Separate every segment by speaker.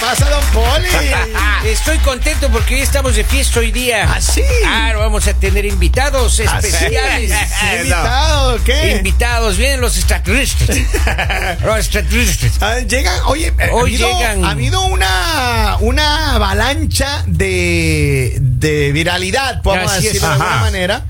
Speaker 1: pasa, don Poli?
Speaker 2: Ah, Estoy contento porque hoy estamos de fiesta hoy día.
Speaker 1: Así.
Speaker 2: Claro, vamos a tener invitados
Speaker 1: Así.
Speaker 2: especiales.
Speaker 1: ¿Qué invitado, ¿qué?
Speaker 2: Invitados, vienen los extraterrestres. los extraterrestres.
Speaker 1: Ah, llegan, oye, eh,
Speaker 2: Hoy
Speaker 1: ha habido,
Speaker 2: llegan.
Speaker 1: ha habido una, una avalancha de, de viralidad, podemos
Speaker 2: Así es.
Speaker 1: decirlo de
Speaker 2: Ajá.
Speaker 1: alguna manera.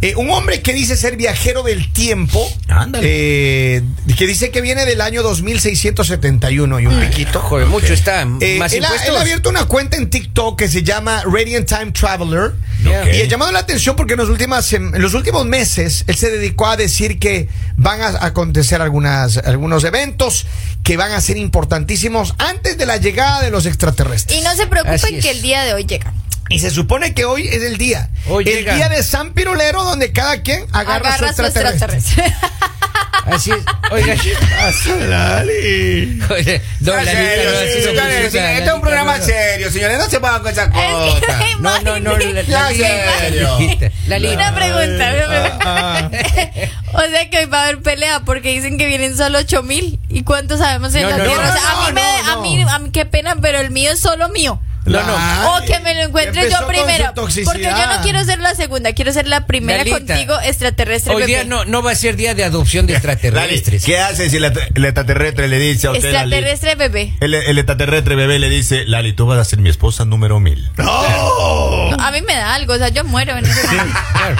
Speaker 1: Eh, un hombre que dice ser viajero del tiempo,
Speaker 2: Ándale.
Speaker 1: eh, que dice que viene del año 2671 y un piquito.
Speaker 2: Joder, mucho está.
Speaker 1: Eh,
Speaker 2: más
Speaker 1: él, ha,
Speaker 2: impuestos.
Speaker 1: él ha abierto una cuenta en TikTok que se llama Radiant Time Traveler.
Speaker 2: Ya.
Speaker 1: Y ha llamado la atención porque en los, últimas, sem- en los últimos meses él se dedicó a decir que van a acontecer algunas, algunos eventos que van a ser importantísimos antes de la llegada de los extraterrestres.
Speaker 3: Y no se
Speaker 2: Así
Speaker 3: preocupen
Speaker 2: es.
Speaker 3: que el día de hoy llega.
Speaker 1: Y se supone que hoy es el día.
Speaker 2: Hoy
Speaker 1: el
Speaker 2: llega.
Speaker 1: día de San Pirulero donde cada quien agarra,
Speaker 3: Agarra
Speaker 1: su
Speaker 3: su
Speaker 1: extraterrestre. Ah,
Speaker 3: extraterrestre.
Speaker 2: Así es. Oiga, joder, no, la neta, no, así no funciona,
Speaker 4: Este
Speaker 2: la
Speaker 4: es un programa
Speaker 2: neta,
Speaker 4: serio, señores. No se pongan con esas
Speaker 3: Es que
Speaker 4: cosas.
Speaker 3: me
Speaker 2: No, no, no,
Speaker 3: imaginé-
Speaker 2: la- la-
Speaker 4: Ya, serio.
Speaker 2: Lalita, Lalita.
Speaker 3: Una pregunta. una
Speaker 1: Ah.
Speaker 3: pregunta. o sea que hoy va a haber pelea porque dicen que vienen solo 8 mil. ¿Y cuántos sabemos en
Speaker 2: No,
Speaker 3: la
Speaker 2: no,
Speaker 3: Tierra?
Speaker 2: no,
Speaker 3: O sea, a, mí
Speaker 1: no,
Speaker 3: me,
Speaker 1: no,
Speaker 3: a, mí, a mí qué pena, pero el mío es solo mío.
Speaker 2: No, no.
Speaker 1: Ay,
Speaker 3: o que me lo encuentre
Speaker 1: Ah, empezó
Speaker 3: yo
Speaker 1: con
Speaker 3: primero.
Speaker 1: su
Speaker 3: Porque yo
Speaker 1: toxicidad.
Speaker 3: no quiero ser la segunda, quiero ser la primera
Speaker 2: Lalita.
Speaker 3: contigo extraterrestre.
Speaker 2: Hoy día
Speaker 3: bebé.
Speaker 2: no, no va a ser día de adopción de
Speaker 4: Lali,
Speaker 2: extraterrestres.
Speaker 4: ¿Qué hace si el extra- el extraterrestre le dice a usted, Lali?
Speaker 3: Extraterrestre bebé.
Speaker 4: El, el extraterrestre bebé le dice, Lali, tú vas a ser mi esposa número mil.
Speaker 1: ¡No!
Speaker 3: No, a mí me da algo, o sea, yo muero en ese momento.
Speaker 2: Claro.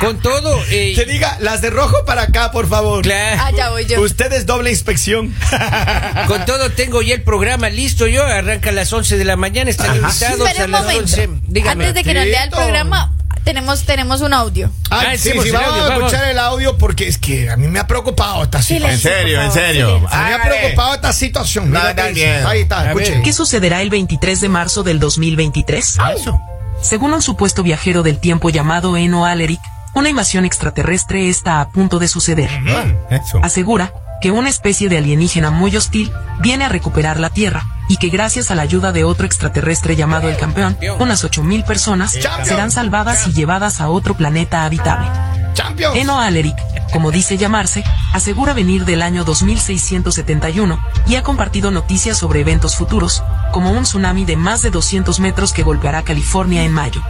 Speaker 2: Con todo, eh,
Speaker 1: Que diga, las de rojo para acá, por favor.
Speaker 2: claro,
Speaker 3: Allá Ah, voy yo.
Speaker 1: Ustedes doble inspección.
Speaker 2: con todo tengo ya el programa listo yo. Arranca a las 11 de la mañana, están invitados
Speaker 3: Espera
Speaker 2: a
Speaker 3: un
Speaker 2: las
Speaker 3: momento.
Speaker 2: 11. Dígame.
Speaker 3: Antes de que nos lea el
Speaker 1: Tito.
Speaker 3: programa, tenaudios tenemos un audio.
Speaker 1: Ay,
Speaker 2: Ah,
Speaker 1: sí,
Speaker 2: hicimos
Speaker 1: sí,
Speaker 2: el
Speaker 1: vamos
Speaker 2: audio,
Speaker 1: a escuchar
Speaker 2: vamos.
Speaker 1: el audio porque es que a mí me ha preocupado esta
Speaker 4: En
Speaker 1: situación.
Speaker 3: Silencio,
Speaker 4: serio,
Speaker 3: por
Speaker 4: en
Speaker 3: favor,
Speaker 4: serio.
Speaker 3: silencio.
Speaker 1: Me ha
Speaker 4: Hágale.
Speaker 1: preocupado esta situación.
Speaker 4: No,
Speaker 1: Mira,
Speaker 4: da
Speaker 1: ahí
Speaker 4: miedo.
Speaker 1: está, ahí está,
Speaker 2: A
Speaker 1: escuche.
Speaker 2: ver.
Speaker 5: ¿Qué sucederá el 23 de marzo del 2023?
Speaker 4: Ah,
Speaker 5: Según un supuesto viajero del tiempo llamado Eno Aleric, una invasión extraterrestre está a punto de suceder.
Speaker 4: Eso.
Speaker 5: Asegura que una especie de alienígena muy hostil viene a recuperar la Tierra y que gracias a la ayuda de otro extraterrestre llamado el Campeón, unas 8.000 personas serán salvadas y llevadas a otro planeta habitable.
Speaker 1: Champions.
Speaker 5: Eno Aleric, como dice llamarse, asegura venir del año 2671 y ha compartido noticias sobre eventos futuros, como un tsunami de más de 200 metros que golpeará California en mayo.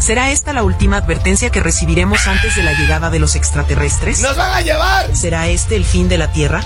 Speaker 5: ¿Será esta la última advertencia que recibiremos antes de la llegada de los extraterrestres?
Speaker 1: Nos van a llevar.
Speaker 5: ¿Será este el fin de la Tierra?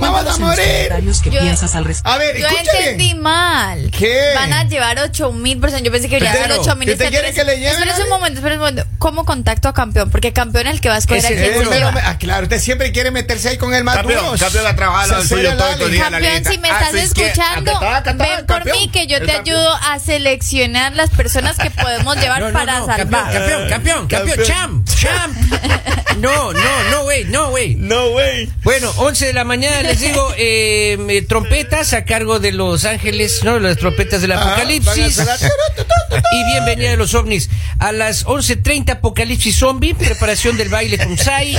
Speaker 1: Vamos a
Speaker 5: Cuéntanos en los
Speaker 1: morir.
Speaker 5: comentarios qué
Speaker 3: Yo-
Speaker 5: piensas al respecto.
Speaker 1: A ver,
Speaker 3: Yo
Speaker 1: escuche
Speaker 3: entendí
Speaker 1: bien.
Speaker 3: mal.
Speaker 1: ¿Qué?
Speaker 3: Van a llevar 8 mil personas. Yo pensé que iban a llevar
Speaker 2: Pedro,
Speaker 3: 8 mil.
Speaker 1: ¿qué te quieren que le lleven,
Speaker 3: Espera un
Speaker 1: Ale?
Speaker 3: momento, espera un momento. ¿Cómo contacto a campeón? Porque campeón es el que va a escoger
Speaker 2: Ese
Speaker 3: a quién
Speaker 2: es
Speaker 3: se
Speaker 1: Eh,
Speaker 2: Bueno.
Speaker 1: pero
Speaker 3: lleva.
Speaker 1: me- ah, claro, usted siempre quiere meterse ahí con el más
Speaker 4: Campeón,
Speaker 1: duro.
Speaker 4: campeón ha trabajado
Speaker 1: Se
Speaker 4: en suyo
Speaker 1: suena
Speaker 4: todo
Speaker 1: la
Speaker 4: estos
Speaker 1: ley.
Speaker 4: días.
Speaker 3: Campeón,
Speaker 4: Lalita.
Speaker 3: si me
Speaker 4: Ah,
Speaker 3: estás
Speaker 4: sí, es que
Speaker 3: escuchando,
Speaker 4: cantaba, cantaba el
Speaker 3: ven por mí
Speaker 4: campeón.
Speaker 3: que yo
Speaker 4: El
Speaker 3: te
Speaker 4: campeón.
Speaker 3: ayudo a seleccionar las personas que podemos llevar
Speaker 2: No, no,
Speaker 3: para
Speaker 2: no,
Speaker 3: salvar.
Speaker 2: Campeón, campeón, campeón, campeón, champ, champ. No, no, no, güey, no, güey.
Speaker 1: No, güey.
Speaker 2: Bueno, 11 de la mañana les digo, eh, eh, trompetas a cargo de Los Ángeles, ¿no? Las trompetas
Speaker 3: Ah,
Speaker 2: del
Speaker 1: Ajá,
Speaker 2: apocalipsis.
Speaker 1: van a sonar.
Speaker 2: Y bienvenida de los ovnis. A las 11.30 Apocalipsis Zombie, preparación del baile con Sai.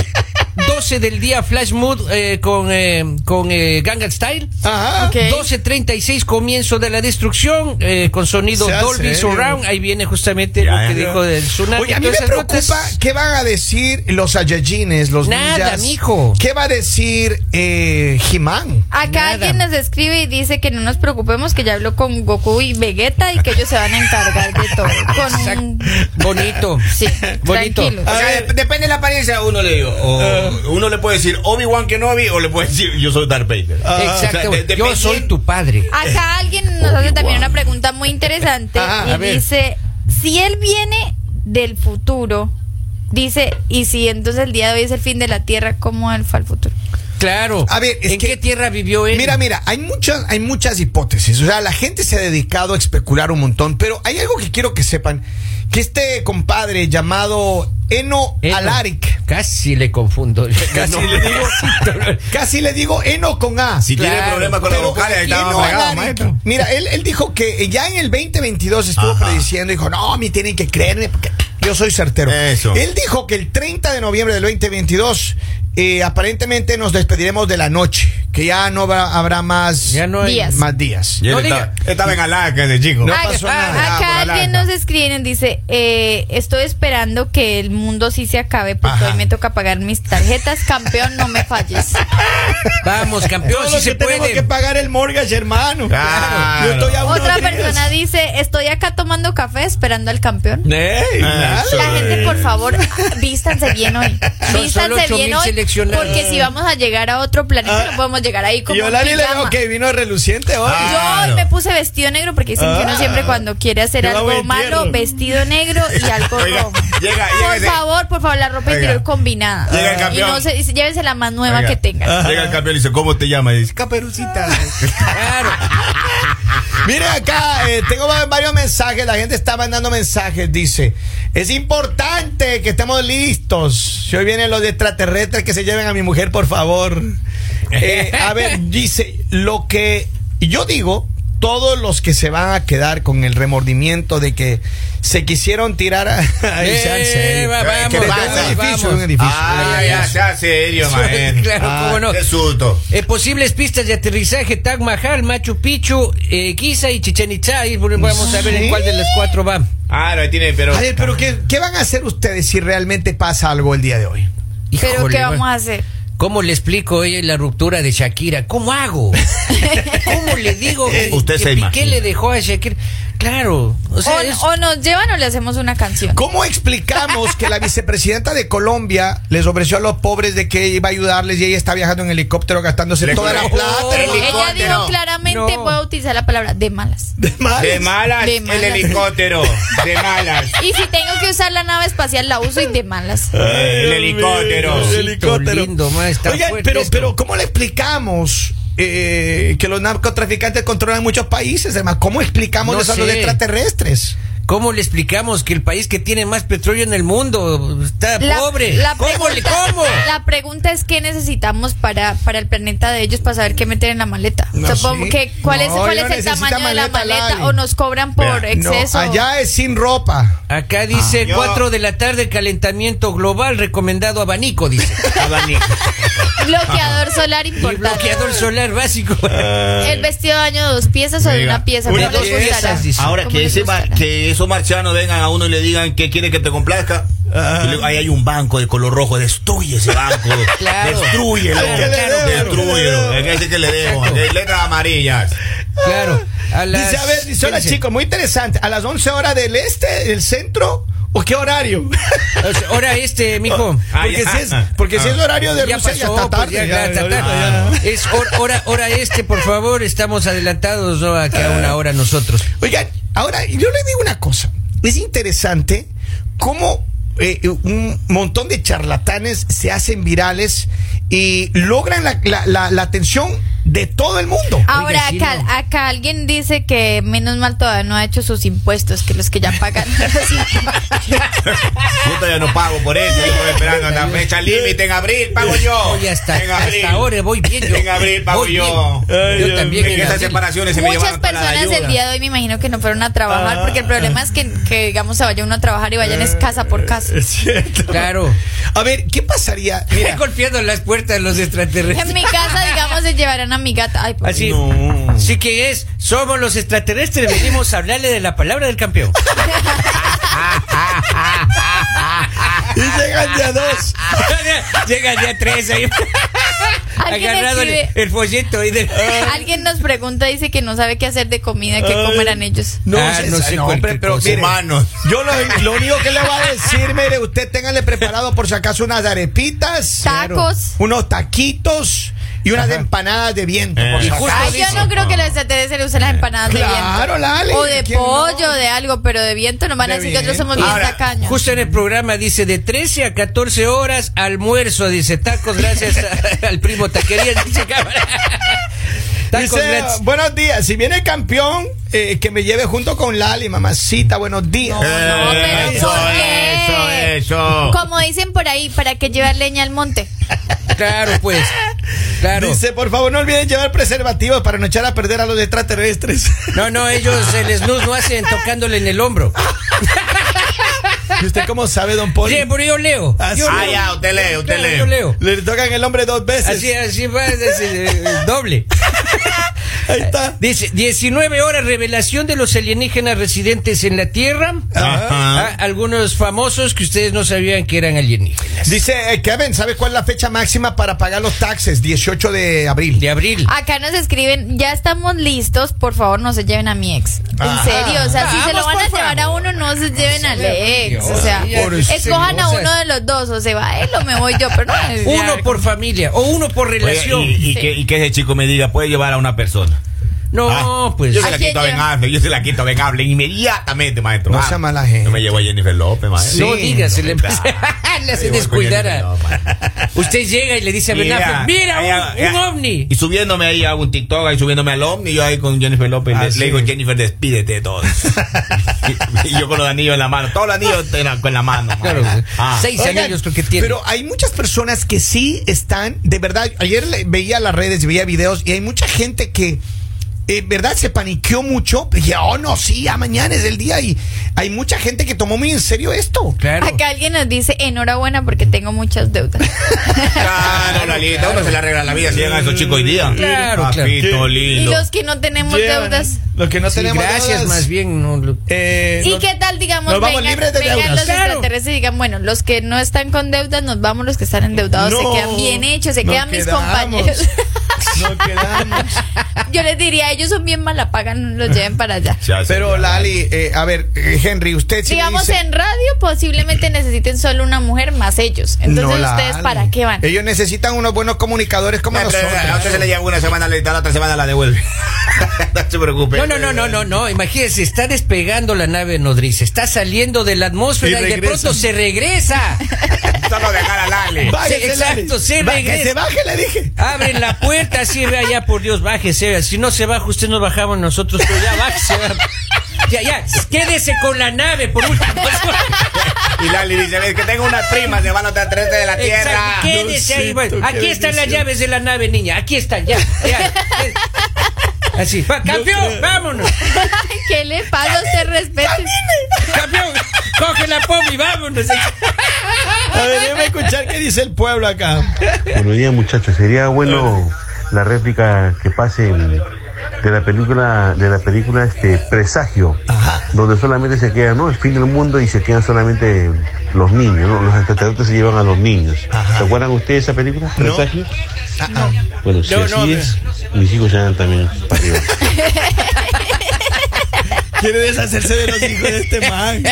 Speaker 2: 12 del día Flash Mood eh, con, eh, con eh, Gangnam Style.
Speaker 1: Ajá.
Speaker 3: Ok.
Speaker 2: 12.36 comienzo de la destrucción eh, con sonido
Speaker 1: Sea
Speaker 2: Dolby
Speaker 1: serio.
Speaker 2: Surround. Ahí viene justamente
Speaker 4: Ya,
Speaker 2: lo que
Speaker 4: ya.
Speaker 2: dijo del tsunami.
Speaker 1: Oye, a mí
Speaker 2: todas
Speaker 1: me
Speaker 2: esas
Speaker 1: preocupa
Speaker 2: notas.
Speaker 1: qué van a decir los Saiyajines, los
Speaker 2: Nada,
Speaker 1: ninjas.
Speaker 2: mijo.
Speaker 1: ¿Qué va a decir eh, He-Man?
Speaker 3: Acá
Speaker 2: Nada.
Speaker 3: alguien nos escribe y dice que no nos preocupemos, que ya habló con Goku y Vegeta y que ellos se van a encargar de todo. Con un-
Speaker 2: Exacto. Bonito.
Speaker 3: Sí,
Speaker 2: bonito.
Speaker 3: tranquilos.
Speaker 4: O sea, dep- depende de la apariencia, uno le digo, Eh, o- uno le puede decir Obi-Wan Kenobi o le puede decir yo soy Darth Vader.
Speaker 1: Ah,
Speaker 2: Exacto.
Speaker 4: O sea, de-
Speaker 2: Yo soy tu padre.
Speaker 3: Acá alguien nos hace también una pregunta muy interesante
Speaker 1: Ajá, Eh. Ah, a
Speaker 3: y
Speaker 1: ver.
Speaker 3: dice, si él viene del futuro, dice, y si entonces el día de hoy es el fin de la Tierra, ¿cómo él fue al futuro?
Speaker 2: Claro.
Speaker 1: A ver, es
Speaker 2: ¿En
Speaker 1: que-
Speaker 2: qué tierra vivió él?
Speaker 1: Mira, mira, hay muchas, hay muchas hipótesis. O sea, la gente se ha dedicado a especular un montón, pero hay algo que quiero que sepan, que este compadre llamado Eno,
Speaker 2: Eno.
Speaker 1: Alaric,
Speaker 2: Casi le confundo.
Speaker 1: Casi
Speaker 2: No.
Speaker 1: le digo. casi le digo Eno con A.
Speaker 4: Si tiene
Speaker 2: Claro.
Speaker 4: problemas con los
Speaker 1: Pero
Speaker 4: vocales, ahí
Speaker 1: Eno
Speaker 4: estaba apagado,
Speaker 1: Alaric,
Speaker 4: maestro.
Speaker 1: Mira, él, él dijo que ya en el 2022 estuvo
Speaker 4: Ajá.
Speaker 1: prediciendo, dijo, no, me tienen que creerme porque yo soy certero.
Speaker 4: Eso.
Speaker 1: Él dijo que el 30 de noviembre del 2022 eh, aparentemente nos despediremos de la noche, que ya no habrá, habrá más,
Speaker 2: Ya no hay
Speaker 3: Días.
Speaker 1: más días.
Speaker 4: Y él
Speaker 2: No
Speaker 4: estaba,
Speaker 2: diga.
Speaker 4: estaba en Alaska ese chico.
Speaker 1: No
Speaker 3: Ay,
Speaker 1: pasó
Speaker 3: ah,
Speaker 1: nada,
Speaker 3: acá
Speaker 1: por
Speaker 3: alguien
Speaker 1: Alaska.
Speaker 3: nos escriben, dice, eh, estoy esperando que el mundo sí se acabe porque
Speaker 1: Ajá.
Speaker 3: hoy me toca pagar mis tarjetas, campeón, no me falles.
Speaker 2: Vamos, campeón,
Speaker 1: Todo
Speaker 2: si
Speaker 1: lo
Speaker 2: se
Speaker 1: que tenemos
Speaker 2: puede.
Speaker 1: que pagar el mortgage, hermano.
Speaker 4: Claro.
Speaker 1: Yo estoy a unos
Speaker 3: Otra
Speaker 1: días.
Speaker 3: persona dice, estoy acá tomando café esperando al campeón.
Speaker 2: Ey,
Speaker 4: Ah,
Speaker 3: La
Speaker 4: eso
Speaker 3: gente,
Speaker 4: es.
Speaker 3: por favor, vístanse bien hoy.
Speaker 2: Son solo
Speaker 3: Vístanse
Speaker 2: ocho
Speaker 3: bien
Speaker 2: mil
Speaker 3: hoy.
Speaker 2: seleccionados.
Speaker 3: Porque si vamos a llegar a otro planeta, no podemos llegar ahí como.
Speaker 1: Y yo
Speaker 3: en
Speaker 1: Lali le digo
Speaker 3: pijama.
Speaker 1: que vino reluciente hoy.
Speaker 4: Ah.
Speaker 3: Yo
Speaker 4: Claro.
Speaker 3: hoy me puse vestido negro porque dicen que uno siempre cuando quiere hacer
Speaker 1: Yo hago
Speaker 3: algo
Speaker 1: entierro.
Speaker 3: malo, vestido negro y algo
Speaker 4: Oiga,
Speaker 3: rojo.
Speaker 4: llega- llega
Speaker 3: por
Speaker 4: ese-
Speaker 3: favor, por favor, la ropa
Speaker 4: Oiga.
Speaker 3: interior combinada.
Speaker 4: Llega el
Speaker 3: y
Speaker 4: campeón. Ah.
Speaker 3: no se, y llévense la más nueva
Speaker 4: Oiga,
Speaker 3: que tengan.
Speaker 4: Llega el campeón y dice, ¿cómo te llamas? Y dice, Caperucita.
Speaker 2: Claro.
Speaker 1: Mire acá, eh, tengo va- varios mensajes, la gente está mandando mensajes, dice, es importante que estemos listos. Si hoy vienen los extraterrestres que se lleven a mi mujer, por favor. Eh, a ver, dice, lo que yo digo, todos los que se van a quedar con el remordimiento de que se quisieron tirar a... Ay, sean
Speaker 2: Eh,
Speaker 1: serios.
Speaker 2: va-
Speaker 1: Que
Speaker 2: vamos,
Speaker 1: desde
Speaker 4: vamos,
Speaker 1: un edificio,
Speaker 2: vamos.
Speaker 1: un edificio.
Speaker 4: Ah, ya, sea serio, maestro.
Speaker 2: claro,
Speaker 1: Ah,
Speaker 2: cómo no.
Speaker 4: Qué susto.
Speaker 2: Eh, posibles pistas de aterrizaje, Taj Mahal, Machu Picchu, eh, Giza y Chichen Itza. Ahí vamos a ver en cuál de las cuatro va.
Speaker 4: Ah, no, ahí tiene, pero.
Speaker 1: A ver, pero ¿qué, ¿qué van a hacer ustedes si realmente pasa algo el día de hoy?
Speaker 3: Pero
Speaker 2: Híjole,
Speaker 3: ¿qué vamos
Speaker 2: va.
Speaker 3: a hacer?
Speaker 2: ¿Cómo le explico oye, la ruptura de Shakira? ¿Cómo hago? ¿Cómo le digo que,
Speaker 4: Eh, Usted se
Speaker 2: que Piqué
Speaker 4: imagina.
Speaker 2: le dejó a Shakira? Claro. O sea,
Speaker 3: O,
Speaker 2: es-
Speaker 3: o nos llevan o le hacemos una canción.
Speaker 1: ¿Cómo explicamos que la vicepresidenta de Colombia les ofreció a los pobres de que iba a ayudarles y ella está viajando en helicóptero gastándose
Speaker 4: Le
Speaker 1: toda la
Speaker 4: colocó
Speaker 1: plata?
Speaker 4: el-
Speaker 3: Ella
Speaker 4: Helicóptero.
Speaker 3: dijo claramente,
Speaker 2: No.
Speaker 3: voy a utilizar la palabra de malas.
Speaker 1: De malas.
Speaker 4: De malas,
Speaker 3: De malas.
Speaker 4: el helicóptero. De malas.
Speaker 3: Y si tengo que usar la nave espacial, la uso y de malas.
Speaker 4: Eh, el helicóptero.
Speaker 2: Dios mío. Lindo, ma, está
Speaker 1: Oigan,
Speaker 2: fuerte
Speaker 1: pero,
Speaker 2: esto.
Speaker 1: pero ¿cómo le explicamos eh, que los narcotraficantes controlan muchos países? Además, ¿cómo explicamos
Speaker 2: No
Speaker 1: eso a los
Speaker 2: sé.
Speaker 1: extraterrestres?
Speaker 2: ¿Cómo le explicamos que el país que tiene más petróleo en el mundo está pobre? ¿Cómo le
Speaker 3: pregunta-
Speaker 2: cómo?
Speaker 3: La pregunta es qué necesitamos para, para el planeta de ellos para saber qué meter en la maleta.
Speaker 1: No,
Speaker 3: O sea, ¿cómo-
Speaker 1: sí.
Speaker 3: qué- ¿Cuál es,
Speaker 1: No,
Speaker 3: cuál
Speaker 1: ellos
Speaker 3: es el
Speaker 1: necesitan
Speaker 3: tamaño de la
Speaker 1: maleta,
Speaker 3: maleta?
Speaker 1: Lali.
Speaker 3: ¿O nos cobran
Speaker 4: Vea,
Speaker 3: por
Speaker 1: No,
Speaker 3: exceso?
Speaker 1: allá es sin ropa.
Speaker 2: Acá dice
Speaker 4: Ah, yo-
Speaker 2: 4 de la tarde, calentamiento global, recomendado abanico, dice.
Speaker 3: Bloqueador solar
Speaker 2: Y
Speaker 3: importante.
Speaker 2: bloqueador solar básico.
Speaker 4: Ah,
Speaker 3: El vestido de baño de dos piezas o de
Speaker 4: Oiga,
Speaker 3: una pieza.
Speaker 2: una
Speaker 3: ¿Cómo les
Speaker 2: pieza,
Speaker 3: gustará?
Speaker 2: dice.
Speaker 4: Ah, Ahora
Speaker 3: ¿Cómo
Speaker 4: que,
Speaker 3: les
Speaker 4: ese ma-
Speaker 3: gustará?
Speaker 4: que esos marcianos vengan a uno y le digan que quiere que te complazca. Y luego, ahí hay un banco de color rojo, destruye ese banco.
Speaker 2: Claro.
Speaker 4: Destrúyelo.
Speaker 2: Claro,
Speaker 1: Que le claro, debo, claro.
Speaker 4: Destrúyelo. Es que ese que le debo.
Speaker 2: Exacto.
Speaker 4: de Letras amarillas.
Speaker 2: Claro. A las-
Speaker 1: Dice, a ver, dice, hola
Speaker 2: ¿qué dice?
Speaker 1: chicos, muy interesante. ¿A las 11 horas del este, del centro? ¿O qué horario?
Speaker 2: O sea, Ahora este, mijo.
Speaker 4: Ah,
Speaker 1: Porque,
Speaker 4: ya.
Speaker 1: si es, porque si es horario de
Speaker 2: Ya
Speaker 1: Rusia, ya está
Speaker 2: pasó, pues,
Speaker 1: tarde.
Speaker 2: ya,
Speaker 1: ya,
Speaker 2: ya está
Speaker 1: ahorita
Speaker 2: tarde.
Speaker 1: ya. Eh,
Speaker 2: Es hor- hora, hora este, por favor, estamos adelantados ¿no? a que a una hora nosotros.
Speaker 1: Oigan, ahora yo les digo una cosa. Es interesante cómo eh, un montón de charlatanes se hacen virales y logran la, la- la- la atención de todo el mundo.
Speaker 2: Ah,
Speaker 3: Ahora,
Speaker 2: Oiga, sí,
Speaker 3: acá,
Speaker 2: no.
Speaker 3: acá alguien dice que menos mal todavía no ha hecho sus impuestos, que los que ya pagan.
Speaker 4: Puta, yo no pago por eso. Yo estoy esperando la fecha límite. En abril pago yo.
Speaker 2: Hoy hasta,
Speaker 4: en abril.
Speaker 2: hasta ahora voy bien. Yo,
Speaker 4: En abril pago
Speaker 2: Voy
Speaker 4: yo.
Speaker 2: bien.
Speaker 4: Ay,
Speaker 2: Yo
Speaker 4: Dios
Speaker 2: también.
Speaker 4: mío. En
Speaker 2: en
Speaker 4: estas
Speaker 2: abril.
Speaker 4: separaciones se me
Speaker 3: Muchas
Speaker 4: llevaron toda la
Speaker 3: personas el
Speaker 4: ayuda.
Speaker 3: día de hoy me imagino que no fueron a trabajar porque el problema es que, que, digamos se vaya uno a trabajar y vayan es casa por casa.
Speaker 1: Es cierto.
Speaker 2: Claro.
Speaker 1: A ver, ¿qué pasaría?
Speaker 2: Está
Speaker 1: Mira,
Speaker 2: golpeando las puertas de los
Speaker 3: En
Speaker 2: extraterrestres.
Speaker 3: mi casa, digamos, se llevarán a mi gata. Ay, pues
Speaker 2: Así. Sí que es. Somos los extraterrestres. Venimos a hablarle de la palabra del campeón.
Speaker 1: y llegan ya dos.
Speaker 4: Ah.
Speaker 2: Llega ya tres ahí.
Speaker 3: Alguien
Speaker 2: Agarrado el,
Speaker 3: escribe-
Speaker 2: el folleto ahí de.
Speaker 4: Ah.
Speaker 3: Alguien nos pregunta, dice que no sabe qué hacer de comida, qué comerán ellos.
Speaker 1: No,
Speaker 2: Ah,
Speaker 1: sé,
Speaker 2: no sé
Speaker 1: no, hombre,
Speaker 2: cualquier
Speaker 1: pero
Speaker 2: cosa.
Speaker 1: mire,
Speaker 4: Humanos.
Speaker 1: Yo lo, lo único que le voy a decir, mire, usted téngale preparado por si acaso unas arepitas,
Speaker 3: Tacos.
Speaker 1: unos taquitos y unas empanadas de viento.
Speaker 4: Eh.
Speaker 1: por si
Speaker 4: Y
Speaker 2: justo
Speaker 1: acaso.
Speaker 3: Ay, yo no creo que los extraterrestres le usen las empanadas
Speaker 1: Claro,
Speaker 3: de viento.
Speaker 1: Lali,
Speaker 3: O de
Speaker 1: ¿quién no?
Speaker 3: pollo, de algo, pero de viento no van a
Speaker 1: De
Speaker 3: decir que nosotros somos bien
Speaker 4: viento. Ahora,
Speaker 3: tacaños.
Speaker 2: Justo en el programa dice de 13 a 14 horas almuerzo, dice tacos gracias a- al primo taquería, dice cámara. Tacos
Speaker 1: Dice,
Speaker 2: gratis.
Speaker 1: buenos días, si viene el campeón, eh, que me lleve junto con Lali, mamacita, buenos días.
Speaker 3: No,
Speaker 2: Eh,
Speaker 3: no, pero
Speaker 4: Eh, Eso,
Speaker 3: ¿por qué?
Speaker 4: eso, eso.
Speaker 3: Como dicen por ahí, ¿para qué llevar leña al monte?
Speaker 2: Claro, pues. Claro.
Speaker 1: Dice, por favor, no olviden llevar preservativos para no echar a perder a los extraterrestres.
Speaker 2: No, no, ellos el snus no hacen tocándole en el hombro.
Speaker 1: ¿Y usted cómo sabe, don Poli?
Speaker 2: Sí, pero yo leo.
Speaker 1: Ah,
Speaker 2: yo
Speaker 1: sí.
Speaker 4: Ah, ya, usted lee, usted
Speaker 2: Claro,
Speaker 4: lee.
Speaker 2: Yo leo.
Speaker 1: Le tocan el nombre dos veces.
Speaker 2: Así, así va, así, eh, doble.
Speaker 1: Ahí está.
Speaker 2: Dice, 19 horas revelación de los alienígenas residentes en la Tierra.
Speaker 4: Ajá.
Speaker 2: Ah, algunos famosos que ustedes no sabían que eran alienígenas.
Speaker 1: Dice eh, Kevin, ¿sabe cuál es la fecha máxima para pagar los taxes? 18 de abril.
Speaker 2: De abril.
Speaker 3: Acá nos escriben, ya estamos listos, por favor no se lleven a mi ex.
Speaker 1: Ah.
Speaker 3: en serio, o sea, si se
Speaker 2: Vamos,
Speaker 3: lo van a
Speaker 2: por
Speaker 3: llevar a
Speaker 2: favor.
Speaker 3: uno, no se lleven al ex.
Speaker 2: Dios,
Speaker 3: O sea,
Speaker 2: ya, por
Speaker 3: escojan a
Speaker 2: serio, o sea,
Speaker 3: uno de los dos, o se va él o me voy yo, pero no es
Speaker 2: Uno
Speaker 3: ya-
Speaker 2: por familia o uno por
Speaker 4: Oye,
Speaker 2: relación.
Speaker 4: y, y que, y que ese chico me diga, puede llevar a una persona.
Speaker 2: no,
Speaker 4: Ah,
Speaker 2: pues.
Speaker 4: Yo se
Speaker 3: ¿A
Speaker 4: la
Speaker 3: quién
Speaker 4: quito a Ben
Speaker 3: lleva?
Speaker 4: Affleck, yo se la quito a Ben Affleck inmediatamente, maestro.
Speaker 1: No
Speaker 4: Ah,
Speaker 1: sea mala gente.
Speaker 4: No me llevo a Jennifer López, maestro.
Speaker 2: no
Speaker 1: sí,
Speaker 2: digas, se
Speaker 4: no,
Speaker 2: le,
Speaker 4: está.
Speaker 2: le hace
Speaker 4: Yo voy con
Speaker 2: descuidar a-
Speaker 4: Jennifer López.
Speaker 2: Usted llega y le dice a Ben
Speaker 4: Y
Speaker 2: Affleck,
Speaker 4: ella-
Speaker 2: mira,
Speaker 4: ella-
Speaker 2: un,
Speaker 4: ella-
Speaker 2: un ovni.
Speaker 4: Y subiéndome ahí hago un TikTok, ahí subiéndome al ovni, yo ahí con Jennifer López.
Speaker 1: Ah,
Speaker 4: le,
Speaker 1: sí.
Speaker 4: le digo, Jennifer, despídete de todos. y, yo con los anillos en la mano. Todos los anillos en la- con la mano.
Speaker 2: Claro,
Speaker 4: maestro. Ah.
Speaker 2: seis
Speaker 1: Oigan,
Speaker 2: anillos creo que tiene.
Speaker 1: Pero hay muchas personas que sí están, de verdad, ayer le- veía las redes y veía videos y hay mucha gente que, en verdad, se paniqueó mucho. Y, oh, no, sí, ya mañana es el día. Y hay mucha gente que tomó muy en serio esto.
Speaker 2: claro.
Speaker 3: Acá alguien nos dice, enhorabuena porque tengo muchas deudas.
Speaker 4: Claro, Lalita, uno se le arregla la vida si llegan esos chicos hoy día.
Speaker 2: Claro,
Speaker 4: Papito
Speaker 3: y
Speaker 4: lindo.
Speaker 3: los que no tenemos
Speaker 1: Llevan-
Speaker 3: deudas.
Speaker 1: Los que no
Speaker 2: Sí,
Speaker 1: tenemos
Speaker 2: gracias,
Speaker 1: deudas,
Speaker 2: más bien. No, lo-
Speaker 1: eh,
Speaker 3: ¿Y
Speaker 1: no-
Speaker 3: qué tal, digamos,
Speaker 1: nos vamos
Speaker 3: vengan,
Speaker 1: libres de
Speaker 3: vengan
Speaker 1: deudas.
Speaker 3: los
Speaker 2: Claro.
Speaker 3: extraterrestres y digan, bueno, los que no están con deudas, nos vamos, los que están endeudados
Speaker 1: No,
Speaker 3: se quedan bien hechos, se
Speaker 1: nos
Speaker 3: quedan mis
Speaker 1: quedamos.
Speaker 3: compañeros.
Speaker 1: Nos quedamos.
Speaker 3: Yo les diría, ellos son bien malapagan, los lleven para allá.
Speaker 4: Se hace
Speaker 1: Pero,
Speaker 4: ya.
Speaker 1: Lali, eh, a ver, eh, Henry, usted sí
Speaker 3: Digamos,
Speaker 1: dice-
Speaker 3: en radio posiblemente necesiten solo una mujer más ellos. Entonces,
Speaker 1: No,
Speaker 3: ¿ustedes
Speaker 1: Lali.
Speaker 3: para qué van?
Speaker 1: Ellos necesitan unos buenos comunicadores como
Speaker 4: No, pero,
Speaker 1: nosotros.
Speaker 4: A usted se le lleva una semana, Lalita, la otra semana la devuelve. no se preocupe.
Speaker 2: No, no, no, no, no, no. Imagínese, está despegando la nave nodriza, está saliendo de la atmósfera
Speaker 1: Y
Speaker 2: y, de
Speaker 1: regresa.
Speaker 2: pronto se regresa.
Speaker 4: Solo dejar a Lali.
Speaker 1: Bájese,
Speaker 2: exacto,
Speaker 1: Lali.
Speaker 2: se
Speaker 1: Ba-
Speaker 2: regresa.
Speaker 1: Que se baje, le dije.
Speaker 2: Abren la puerta, así vea ya, por Dios, bájese. vea, Si no se baja, usted nos bajamos nosotros, pero ya bájese. vea. Ya, ya, quédese con la nave por último.
Speaker 4: Y Lali dice, ves que tengo unas primas, se van a otra tres de la tierra.
Speaker 2: Exacto, Quédese ahí.
Speaker 1: Diosito,
Speaker 2: bueno,
Speaker 1: qué
Speaker 2: Aquí están las
Speaker 1: bendición.
Speaker 2: llaves de la nave, niña. Aquí están, ya. ya. Así, va, campeón, vámonos.
Speaker 3: Ay, ¿Qué le pasa? Usted respete.
Speaker 2: Campeón, coge la poma y vámonos.
Speaker 1: A ver, déjame escuchar qué dice el pueblo acá.
Speaker 6: Buenos días muchachos, sería bueno la réplica que pasen de la película de la película este presagio, donde solamente se queda ¿no? el fin del mundo y se quedan solamente los niños, ¿no? los extraterrestres se llevan a los niños. ¿Se acuerdan ustedes de esa película? Presagio. Bueno, si
Speaker 2: Ah, No,
Speaker 6: así
Speaker 2: no, pero-
Speaker 6: es, mis hijos ya andan también para arriba.
Speaker 1: Quiere deshacerse de los hijos de este man.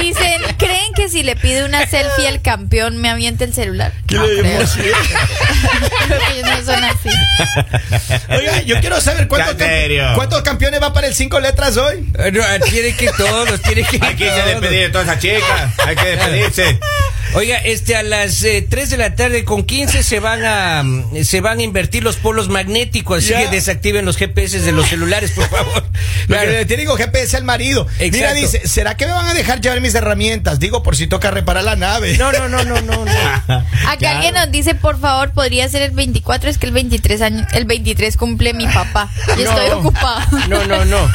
Speaker 3: Dicen, ¿creen que si le pide una selfie al campeón me avienta el celular? No creo. Creo que ellos no son así.
Speaker 1: Oiga, yo quiero saber cuántos,
Speaker 4: Ya, en
Speaker 1: campe-
Speaker 4: serio.
Speaker 1: cuántos campeones va para el cinco letras hoy.
Speaker 2: No, tiene que todos, tiene que
Speaker 4: Hay que irse a
Speaker 2: todos.
Speaker 4: despedir de todas esas chicas. Hay que despedirse.
Speaker 2: Oiga, este a las eh, 3 de la tarde con 15 se van a mm, se van a invertir los polos magnéticos, así
Speaker 1: Ya.
Speaker 2: que desactiven los GPS de los celulares, por favor.
Speaker 1: Lo
Speaker 2: Claro.
Speaker 1: que le tiene con GPS al marido. Mira,
Speaker 2: Exacto.
Speaker 1: dice, ¿será que me van a dejar llevar mis herramientas? Digo, por si toca reparar la nave.
Speaker 2: No, no, no, no, no. no.
Speaker 3: Acá alguien nos dice, por favor, podría ser el 24, es que el 23 año, el 23 cumple mi papá y
Speaker 2: No.
Speaker 3: estoy ocupado.
Speaker 2: No, no, no.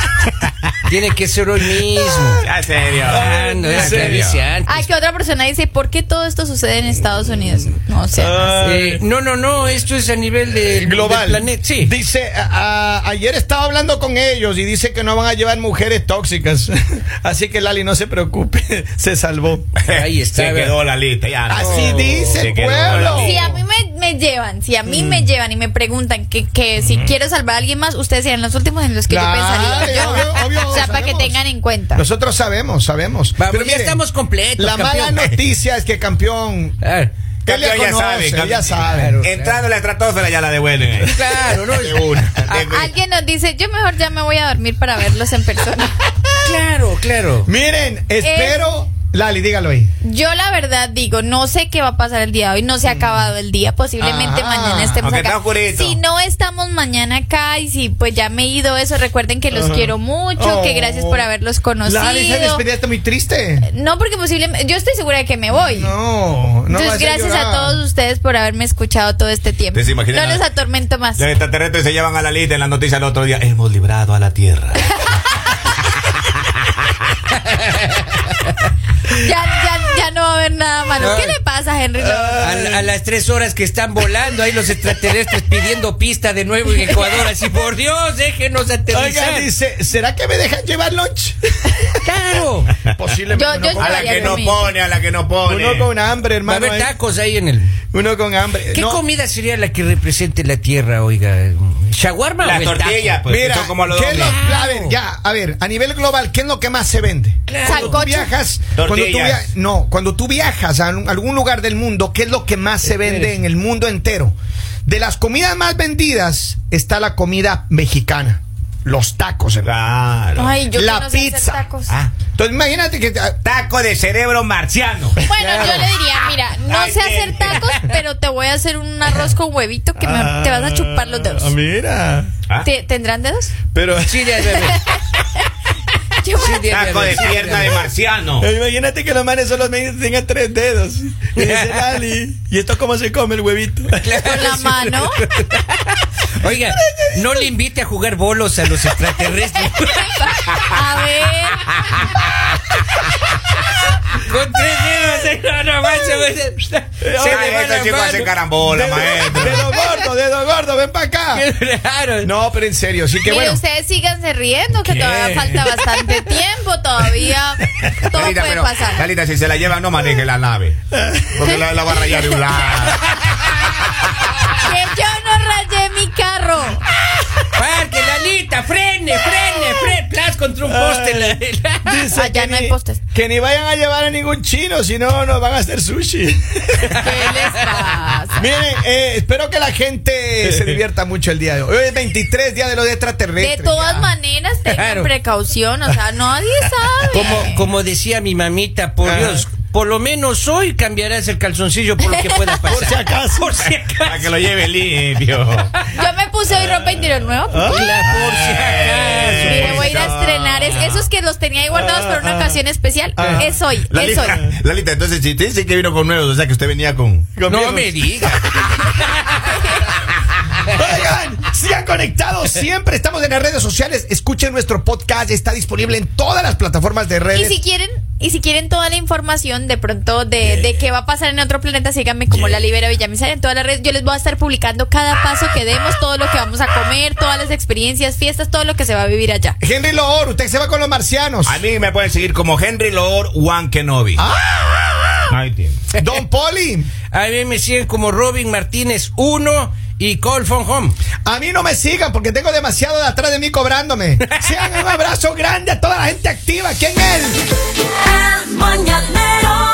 Speaker 2: Tiene que ser hoy mismo.
Speaker 4: Ya, en serio.
Speaker 2: Ah, no,
Speaker 4: En
Speaker 2: ya te
Speaker 4: serio.
Speaker 2: avisé antes.
Speaker 3: Ah, que otra persona dice, ¿por qué todo esto sucede en Estados Unidos? No sé.
Speaker 1: Ah,
Speaker 2: Eh, no, no, no, esto es a nivel de,
Speaker 1: Global.
Speaker 2: del planeta. Sí.
Speaker 1: Dice, a- a- ayer estaba hablando con ellos y dice que no van a llevar mujeres tóxicas. Así que Lali, no se preocupe, se salvó.
Speaker 2: Ahí está.
Speaker 4: Se
Speaker 2: vea.
Speaker 4: quedó la lista, ya. no.
Speaker 1: Así dice
Speaker 4: Se
Speaker 1: el
Speaker 4: quedó la
Speaker 1: pueblo.
Speaker 4: lista.
Speaker 3: Si a mí me, me llevan, si a mí
Speaker 1: Mm.
Speaker 3: me llevan y me preguntan que, que si quiero salvar a alguien más, ustedes serían los últimos en los que
Speaker 1: Claro,
Speaker 3: yo pensaría. Yo-
Speaker 1: obvio, obvio,
Speaker 3: o sea, para que
Speaker 1: sabemos.
Speaker 3: tengan en cuenta.
Speaker 1: Nosotros sabemos, sabemos.
Speaker 2: Vamos, pues ya
Speaker 1: miren,
Speaker 2: estamos completos,
Speaker 1: La
Speaker 2: campeón.
Speaker 1: mala noticia es que campeón.
Speaker 2: Ah,
Speaker 1: Él ya
Speaker 4: Campeón, ya
Speaker 1: conoce,
Speaker 4: sabe,
Speaker 1: él ya
Speaker 4: campeón.
Speaker 1: sabe.
Speaker 2: Claro.
Speaker 4: Entrando en la estratosfera ya la devuelven. ahí.
Speaker 2: Claro, no.
Speaker 4: De una.
Speaker 3: Ah,
Speaker 4: De-
Speaker 3: alguien nos dice, yo mejor ya me voy a dormir para verlos en persona.
Speaker 2: Claro, claro.
Speaker 1: Miren, espero. Lali, dígalo ahí.
Speaker 3: Yo la verdad digo, no sé qué va a pasar el día de hoy, no se
Speaker 1: Mm.
Speaker 3: ha acabado el día, posiblemente
Speaker 1: Ajá.
Speaker 3: mañana estemos
Speaker 4: Aunque
Speaker 3: acá.
Speaker 4: está oscurito.
Speaker 3: Si no estamos mañana acá y si pues ya me he ido eso, recuerden que los quiero mucho, que
Speaker 1: Oh.
Speaker 3: gracias por haberlos conocido.
Speaker 1: Lali, esa despedida está muy triste.
Speaker 3: no, porque posiblemente, yo estoy segura de que me voy.
Speaker 1: No, no. vas
Speaker 3: Entonces, Pues gracias
Speaker 1: llorar.
Speaker 3: a todos ustedes por haberme escuchado todo este tiempo.
Speaker 4: ¿Ustedes se imaginan?
Speaker 3: No los atormento más.
Speaker 4: Los extraterrestres se llevan a la lista en la noticia el otro día. Hemos librado a la Tierra.
Speaker 3: Ya, ya, ya no va a haber nada malo. ¿Qué le pasa, Henry?
Speaker 2: A, la- a las tres horas que están volando ahí los extraterrestres pidiendo pista de nuevo en Ecuador, así por Dios, déjenos
Speaker 1: Oiga,
Speaker 2: aterrizar.
Speaker 1: dice, ¿será que me dejan llevar lunch?
Speaker 2: Claro.
Speaker 1: Posiblemente.
Speaker 3: Yo- yo-
Speaker 1: no.
Speaker 4: A la que no
Speaker 3: conmigo.
Speaker 4: pone, a la que no pone.
Speaker 1: Uno con hambre,
Speaker 2: Va a
Speaker 1: hermano.
Speaker 2: haber
Speaker 1: eh.
Speaker 2: tacos ahí en el.
Speaker 1: Uno con hambre.
Speaker 2: ¿Qué
Speaker 1: No,
Speaker 2: comida sería la que represente la tierra, oiga? ¿Shawarma o
Speaker 4: La
Speaker 2: el taco?
Speaker 4: tortilla, pues,
Speaker 1: Mira,
Speaker 4: son como los
Speaker 1: ¿qué es lo-
Speaker 4: dobles.
Speaker 1: a ver, ya, a ver, a nivel global, ¿qué es lo que más se vende?
Speaker 2: Claro.
Speaker 1: Cuando tú
Speaker 3: Sancocho.
Speaker 1: viajas,
Speaker 4: Tortillas.
Speaker 1: cuando tú via- no, cuando tú viajas a un- algún lugar del mundo, ¿qué es lo que más se vende en el mundo entero? De las comidas más vendidas está la comida mexicana, los tacos, hermano.
Speaker 4: Claro.
Speaker 3: Ay, yo que
Speaker 1: la
Speaker 3: no sé hacer
Speaker 1: pizza.
Speaker 3: tacos.
Speaker 4: Ah,
Speaker 1: Entonces imagínate que ah,
Speaker 4: taco de cerebro marciano.
Speaker 3: Bueno, yo le diría, mira, no
Speaker 4: Ay,
Speaker 3: sé
Speaker 4: qué-
Speaker 3: hacer tacos, pero te voy a hacer un arroz con huevito que me- te vas a chupar los dedos.
Speaker 1: Ah, mira,
Speaker 4: Ah,
Speaker 3: ¿Te- ¿Tendrán dedos?
Speaker 1: pero
Speaker 2: Sí, de- de- de-
Speaker 3: Yo
Speaker 2: sí, de-
Speaker 4: Taco de
Speaker 2: sí,
Speaker 4: pierna de marciano.
Speaker 1: eh, imagínate que los manes solo me- tengan tres dedos. Y dicen, "Ali, ¿y esto cómo se come el huevito?
Speaker 3: con la mano.
Speaker 2: Oiga, no le invite a jugar bolos a los extraterrestres.
Speaker 3: A ver.
Speaker 2: Con tres dedos. No, no, macho, güey. se
Speaker 4: Se
Speaker 2: le va la
Speaker 4: estos chicos hacen
Speaker 2: mano.
Speaker 4: carambola, maestro.
Speaker 1: dedo gordo, dedo gordo, ven para acá.
Speaker 2: Claro.
Speaker 1: No, pero en serio, sí que
Speaker 3: Miren,
Speaker 1: bueno.
Speaker 3: ustedes síganse riendo, que
Speaker 2: ¿Qué?
Speaker 3: todavía falta bastante tiempo, todavía todo
Speaker 4: Lalita,
Speaker 3: puede
Speaker 4: pero,
Speaker 3: pasar.
Speaker 4: Lalita, si se la llevan, no maneje la nave. Porque la, la va a rayar de un lado.
Speaker 3: Que yo no rayé mi carro.
Speaker 2: Parque, Lalita, frene, frene, frene. Plas contra un poste. la- la-
Speaker 1: Dice
Speaker 3: Allá
Speaker 1: que
Speaker 3: Ah, no hay
Speaker 1: ni-
Speaker 3: postes.
Speaker 1: Que ni vayan a llevar a ningún chino, si no, nos van a hacer sushi.
Speaker 3: ¿Qué les pasa?
Speaker 1: Miren, eh, espero que la gente se divierta mucho el día de hoy. Hoy es 23, día de los
Speaker 3: De
Speaker 1: extraterrestres.
Speaker 3: todas
Speaker 1: ya.
Speaker 3: maneras, tengan
Speaker 2: Claro.
Speaker 3: precaución, o sea, nadie sabe.
Speaker 2: Como, como decía mi mamita, por
Speaker 1: Ajá.
Speaker 2: Dios, por lo menos hoy cambiarás el calzoncillo por lo que pueda pasar.
Speaker 1: Por si acaso.
Speaker 2: Por si acaso.
Speaker 4: Para que lo lleve limpio.
Speaker 3: Yo me puse hoy ropa interior nueva.
Speaker 2: La- por si
Speaker 4: Ay.
Speaker 2: acaso.
Speaker 3: Mire, voy a ir a estrenar es- esos que los tenía ahí guardados para una ocasión especial.
Speaker 4: Ah,
Speaker 3: Es hoy, es hoy.
Speaker 4: Lalita, Lalita, entonces, si te dice que vino con nuevos, o sea que usted venía con.
Speaker 2: No me digas.
Speaker 1: Oigan, sigan conectados siempre. Estamos en las redes sociales. Escuchen nuestro podcast. Está disponible en todas las plataformas de
Speaker 3: Y
Speaker 1: redes.
Speaker 3: si quieren, y si quieren toda la información de pronto de, de qué va a pasar en otro planeta, síganme como la Libera Villamizar en todas las redes. Yo les voy a estar publicando cada paso que demos, todo lo que vamos a comer, todas las experiencias, fiestas, todo lo que se va a vivir allá.
Speaker 1: Henry Loor, usted se va con los marcianos.
Speaker 4: A mí me pueden seguir como Henry Lord Juan Kenobi. Ahí tiene.
Speaker 1: Don Poli.
Speaker 2: A mí me siguen como Robin Martínez 1 y Call from Home.
Speaker 1: A mí no me sigan porque tengo demasiado de atrás de mí cobrándome. Sean un abrazo grande a toda la gente activa. ¿Quién es?
Speaker 7: El mañanero